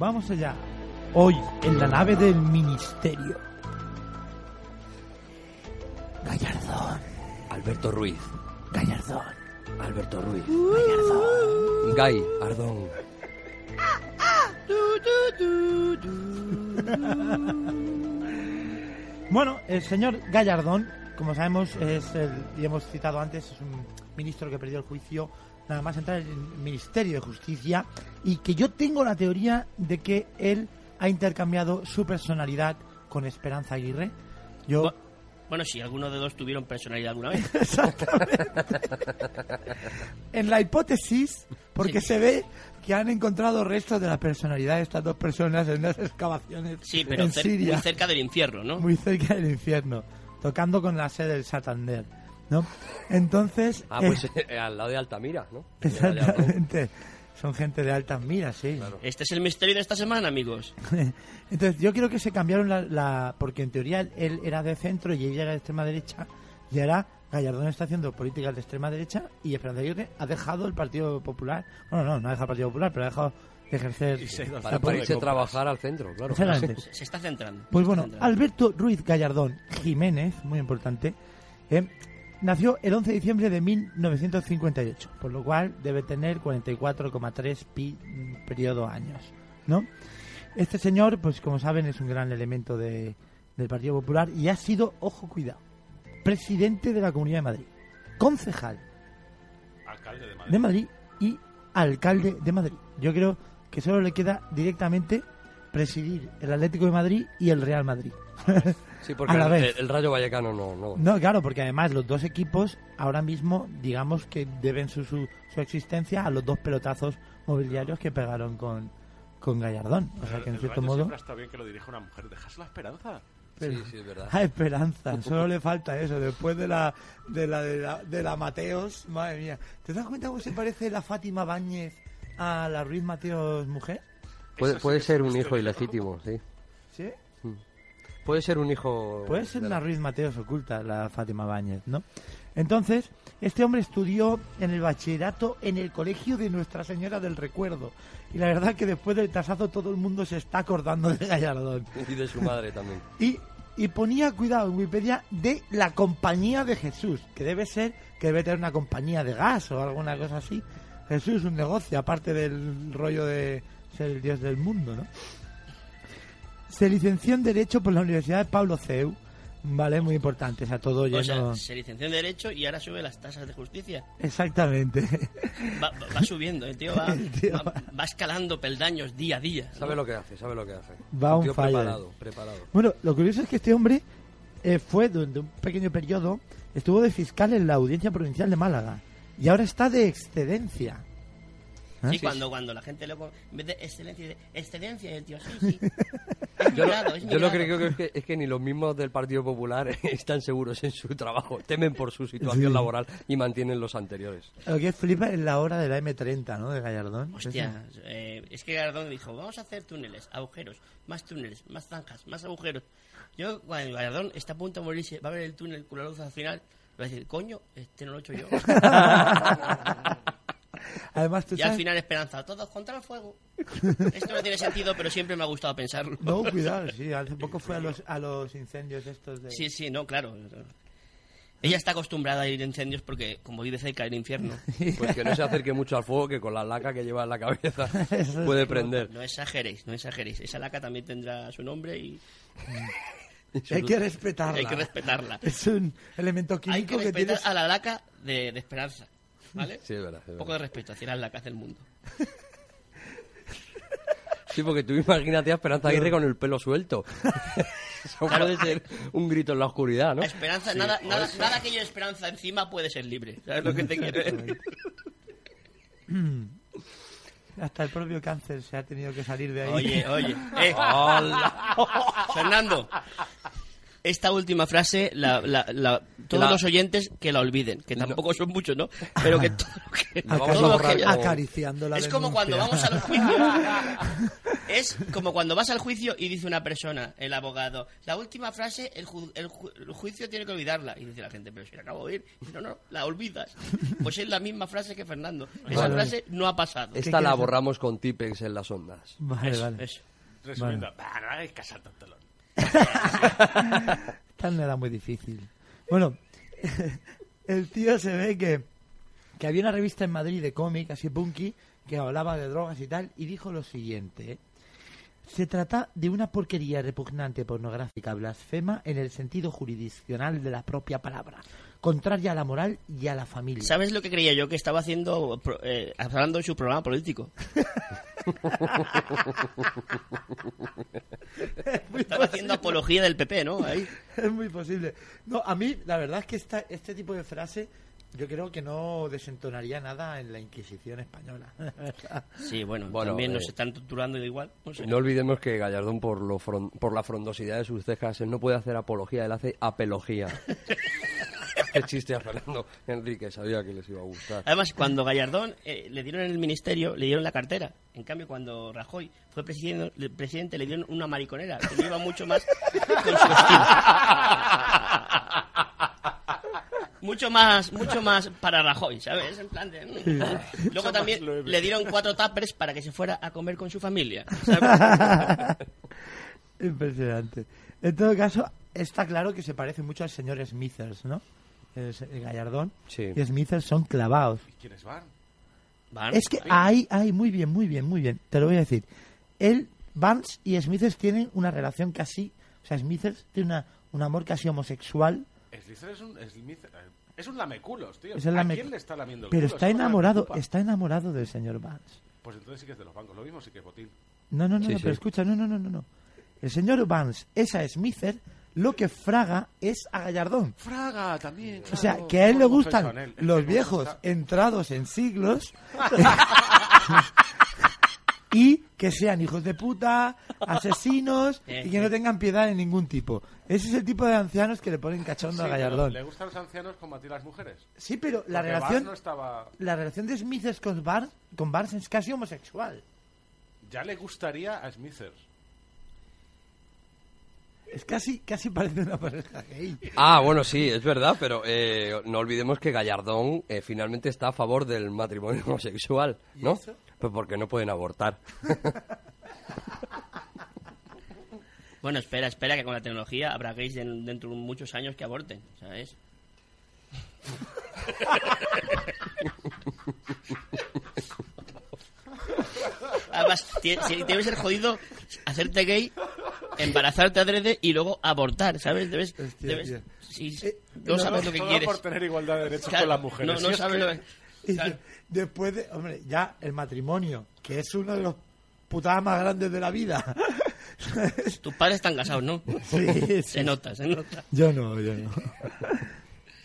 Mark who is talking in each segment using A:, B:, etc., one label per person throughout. A: Vamos allá. Hoy, en la nave del ministerio. Gallardón.
B: Alberto Ruiz.
A: Gallardón.
B: Alberto Ruiz.
A: Gallardón.
B: Gay Ardón.
A: Bueno, el señor Gallardón, como sabemos, es el, y hemos citado antes, es un ministro que perdió el juicio, nada más entrar en el Ministerio de Justicia, y que yo tengo la teoría de que él ha intercambiado su personalidad con Esperanza Aguirre. Yo,
C: Bu- Bueno, si alguno de dos tuvieron personalidad alguna vez.
A: en la hipótesis, porque
C: Sí.
A: se ve que han encontrado restos de la personalidad de estas dos personas en unas excavaciones
C: Sí, pero
A: en
C: cer-
A: Siria.
C: muy cerca del infierno, ¿no?
A: muy cerca del infierno, tocando con la sede del Santander, ¿no? Entonces,
B: Ah,
A: eh,
B: pues eh, al lado de Altamira, ¿no? De Ardón.
A: exactamente, son gente de altas miras, sí.
C: Este es el misterio de esta semana, amigos.
A: Entonces, yo creo que se cambiaron la, la- porque en teoría él era de centro y ella era de extrema derecha, y ahora Gallardón está haciendo políticas de extrema derecha y Esperanza Aguirre ha dejado el Partido Popular, bueno, no, no ha dejado el Partido Popular, pero ha dejado de ejercer...
B: Para, para irse a trabajar al centro, claro.
A: Exactamente.
C: Se, se está centrando.
A: Pues
C: se
A: bueno,
C: está centrando.
A: Alberto Ruiz Gallardón Jiménez, muy importante, eh, nació el 11 de diciembre de 1958, por lo cual debe tener 44,3 pi mm, periodo años, ¿no? Este señor, pues como saben, es un gran elemento de- del Partido Popular y ha sido, ojo, cuidado, presidente de la Comunidad de Madrid, concejal de Madrid y alcalde de Madrid. Yo creo que solo le queda directamente presidir el Atlético de Madrid y el Real Madrid.
B: Sí, porque
A: A la
B: el,
A: vez.
B: el Rayo Vallecano no, no.
A: No, claro, porque además los dos equipos ahora mismo, digamos que deben su, su, su existencia a los dos pelotazos mobiliarios que pegaron con, con Gallardón. O sea que en
D: El
A: cierto
D: Rayo
A: modo,
D: siempre está bien que lo dirija una mujer. Dejas la esperanza.
B: Sí, sí, es verdad.
A: a esperanza, solo le falta eso. Después de la, de la de la de la Mateos, madre mía. ¿Te das cuenta cómo se parece la Fátima Báñez a la Ruiz Mateos mujer?
D: Eso
B: Puede,
D: sí
B: puede
D: que es
B: ser un
D: historia.
B: hijo ilegítimo, sí.
A: ¿Sí?
B: Puede ser un hijo...
A: Puede ser
B: de la-
A: una Ruiz Mateos oculta, la Fátima Báñez, ¿no? Entonces, este hombre estudió en el bachillerato en el colegio de Nuestra Señora del Recuerdo. Y la verdad que después del tasazo todo el mundo se está acordando de Gallardón.
B: Y de su madre también.
A: Y, y ponía cuidado en Wikipedia de la compañía de Jesús, que debe ser que debe tener una compañía de gas o alguna cosa así. Jesús, un negocio, aparte del rollo de ser el dios del mundo, ¿no? Se licenció en Derecho por la Universidad de Pablo Ceu, ¿vale? Muy importante, o sea, todo
C: O
A: lleno...
C: sea, se licenció en Derecho y ahora sube las tasas de justicia.
A: Exactamente.
C: Va, va- va subiendo, el tío, va,
A: El tío
C: va-
A: va-
C: va escalando peldaños día a día. ¿no?
B: Sabe lo que hace, sabe lo que hace.
A: Va
B: un
A: un
B: tío
A: fire.
B: preparado, preparado.
A: Bueno, lo curioso es que este hombre eh, fue durante un pequeño periodo, estuvo de fiscal en la Audiencia Provincial de Málaga y ahora está de excedencia.
C: Sí,
A: ¿Ah?
C: cuando, cuando la gente luego, en vez de excelencia, dice, excelencia, y el tío, sí, sí. Es mi
B: Yo,
C: grado, es mi
B: lo, yo lo
C: grado".
B: que creo que es, que es que ni los mismos del Partido Popular están seguros en su trabajo. Temen por su situación
A: Sí.
B: laboral y mantienen los anteriores.
A: Lo que flipa es la hora de la M30, ¿no? De Gallardón.
C: Hostia, eh, es que Gallardón dijo, vamos a hacer túneles, agujeros, más túneles, más zanjas, más agujeros. Yo, cuando Gallardón está a punto de morirse, va a ver el túnel con la luz al final, va a decir, coño, este no lo he hecho yo.
A: Además, tú
C: y al
A: sabes...
C: final Esperanza, todos contra el fuego. Esto no tiene sentido, pero siempre me ha gustado pensarlo.
A: No, cuidado, sí. Hace poco fue a los, a los incendios estos de...
C: Sí, sí, no, claro. Ella está acostumbrada a ir a incendios porque, como vive cerca del infierno,
B: Pues que no se acerque mucho al fuego, que con la laca que lleva en la cabeza
A: es
B: puede prender.
C: no exageréis, no exageréis. Esa laca también tendrá su nombre y
A: Hay que respetarla.
C: hay que respetarla.
A: Es un elemento
C: Hay que
A: químico que
C: respetar
A: tienes...
C: a la laca de, de esperanza, ¿vale?
B: Sí, es verdad. es
C: Un
B: verdad.
C: poco de respeto hacia las lacas del mundo.
B: Sí, porque tú imagínate a Esperanza Aguirre con el pelo suelto. Eso
C: Claro.
B: puede ser un grito en la oscuridad, ¿no?
C: La Esperanza, nada, nada, nada que yo esperanza encima puede ser libre. ¿Sabes lo que te quiero decir?
A: Hasta el propio cáncer se ha tenido que salir de ahí.
C: Oye, oye. eh. Fernando. Esta última frase, la, la- la- todos
B: La-
C: los oyentes que la olviden, que tampoco son muchos, ¿no? Pero que, todo lo que-
B: La vamos
A: Acari-
B: a
C: todo lo
B: borrar
C: que-
B: ya.
A: acariciando la
C: Es como
A: denuncia.
C: cuando vamos a los juicios. es como cuando vas al juicio y dice una persona, el abogado, la última frase, el, ju- el ju- el juicio tiene que olvidarla. Y dice la gente, pero si la acabo de oír. No, no, la olvidas. Pues es la misma frase que Fernando. Esa
A: Vale.
C: frase no ha pasado.
B: Esta la
A: quieres?
B: borramos con Tipex en las ondas.
A: Vale,
C: Eso,
A: vale.
C: eso.
D: Resumiendo, bah, no hagáis caso al tontalón.
A: Esta no era muy difícil. Bueno, el tío se ve que, que había una revista en Madrid de cómic, así punky, que hablaba de drogas y tal, y dijo lo siguiente. ¿eh? Se trata de una porquería repugnante, pornográfica, blasfema en el sentido jurisdiccional de la propia palabra, contraria a la moral y a la familia.
C: ¿Sabes lo que creía yo? Que estaba haciendo, pro- eh, hablando de su programa político. Estaba haciendo apología del PP, ¿no? Ahí.
A: Es muy posible. No, a mí, la verdad es que esta, este tipo de frase yo creo que no desentonaría nada en la Inquisición española.
C: Sí, bueno,
B: Bueno,
C: también
B: eh,
C: nos están torturando igual. No sé.
B: No olvidemos que Gallardón, por, lo fron- por la frondosidad de sus cejas, él no puede hacer apología, él hace apelogía. Qué chiste a Fernando Enrique, sabía que les iba a gustar.
C: Además, cuando Gallardón eh, le dieron en el ministerio, le dieron la cartera. En cambio, cuando Rajoy fue presidente, le, presidente, le dieron una mariconera, que le iba mucho más con su estilo. Mucho más, mucho más para Rajoy, ¿sabes? En plan de... mm. Luego también le dieron cuatro tapers para que se fuera a comer con su familia. ¿sabes?
A: Impresionante. En todo caso, está claro que se parece mucho al señor Smithers, ¿no? El, se- el Gallardón
B: Sí.
A: y Smithers son clavados.
D: ¿Y quiénes van?
C: Van,
A: Es que ahí,
C: ahí.
A: ahí, muy bien, muy bien, muy bien. Te lo voy a decir. Él, Barnes y Smithers tienen una relación casi. O sea, Smithers tiene una- un amor casi homosexual.
D: Slytherin es un, Smith- eh, es un lameculos, tío.
A: Es el lame-
D: ¿A quién le está lamiendo el
A: Pero
D: culo?
A: está
D: Eso no me
A: enamorado,
D: preocupa.
A: está enamorado del señor Barnes.
D: Pues entonces sí que es de los bancos. Lo mismo sí que es botín.
A: No, no, no,
B: Sí,
A: no,
B: sí.
A: pero escucha, no, no, no, no, no. El señor Barnes es a Smithers, lo que Fraga es a Gallardón.
D: Fraga también.
A: O sea,
D: claro.
A: que a él le
D: Todo
A: gustan
D: pensado en él. Es que
A: los
D: no
A: viejos
D: gusta-
A: entrados en siglos y que sean hijos de puta, asesinos y que no tengan piedad de ningún tipo. Ese es el tipo de ancianos que le ponen cachondo a
D: Sí, pero
A: Gallardón.
D: Le gustan los ancianos combatir a las mujeres.
A: Sí, pero
D: Porque
A: la
D: Bart
A: relación,
D: no estaba...
A: la relación de Smithers con Barnes, con Barnes es casi homosexual.
D: Ya le gustaría a Smithers.
A: Es casi, casi parece una pareja gay.
B: Ah, bueno, sí, es verdad, pero eh, no olvidemos que Gallardón eh, finalmente está a favor del matrimonio homosexual, ¿no? Pues porque no pueden abortar.
C: Bueno, espera, espera, que con la tecnología habrá gays den- dentro de muchos años que aborten, ¿sabes? Además, tie- si- debe ser jodido hacerte gay, embarazarte adrede y luego abortar, ¿sabes? Debes,
A: Hostia,
C: debes-
A: tío.
C: sí, sí,
A: Eh,
C: no sabes lo que
D: Todo
C: quieres.
D: por tener igualdad de derechos
C: Claro,
D: con las mujeres.
C: No, no
D: Si es
C: sabes
D: que-
C: lo que-
A: Y
C: claro.
A: de- después de, hombre, ya el matrimonio, que es uno de los putadas más grandes de la vida. ¿Sabes?
C: Tus padres están casados, ¿no?
A: Sí,
C: Se
A: sí.
C: nota, se nota.
A: Yo no, yo no.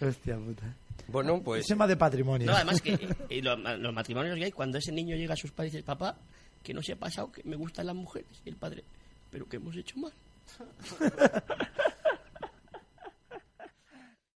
A: Hostia puta.
B: Bueno, pues
A: Es tema de patrimonio.
C: No, además que eh, lo- los matrimonios gay, cuando ese niño llega a sus padres y dice, papá, que no se ha pasado, que me gustan las mujeres. Y el padre, pero que hemos hecho mal.